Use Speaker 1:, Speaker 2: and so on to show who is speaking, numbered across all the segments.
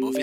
Speaker 1: Mauvais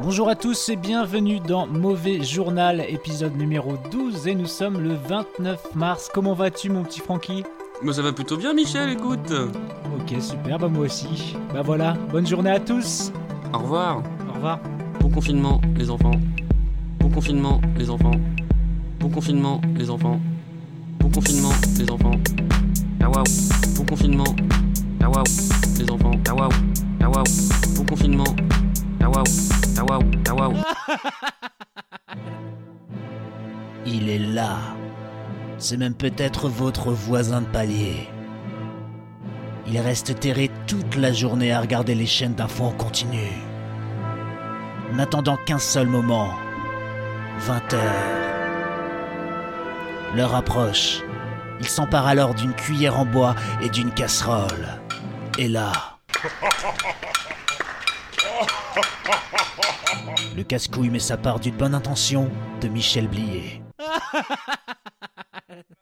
Speaker 2: Bonjour à tous et bienvenue dans Mauvais Journal, épisode numéro 12, et nous sommes le 29 mars. Comment vas-tu, mon petit Francky
Speaker 3: Mais Bah, ça va plutôt bien, Michel, écoute.
Speaker 2: Ok, super, bah moi aussi. Bah voilà, bonne journée à tous.
Speaker 3: Au revoir.
Speaker 2: Au revoir.
Speaker 3: Bon confinement, les enfants. Bon confinement, les enfants. Bon confinement, les enfants. Bon confinement, les enfants. Ah waouh. Bon confinement. Ah waouh. Les enfants. Ah waouh. Ah waouh. Bon confinement. Ah waouh. Ah waouh. Ah waouh.
Speaker 2: Il est là. C'est même peut-être votre voisin de palier. Il reste terré toute la journée à regarder les chaînes d'infos en continu. N'attendant qu'un seul moment. 20 heures. L'heure approche. Il s'empare alors d'une cuillère en bois et d'une casserole. Et là. Le casse-couille met sa part d'une bonne intention de Michel Blier.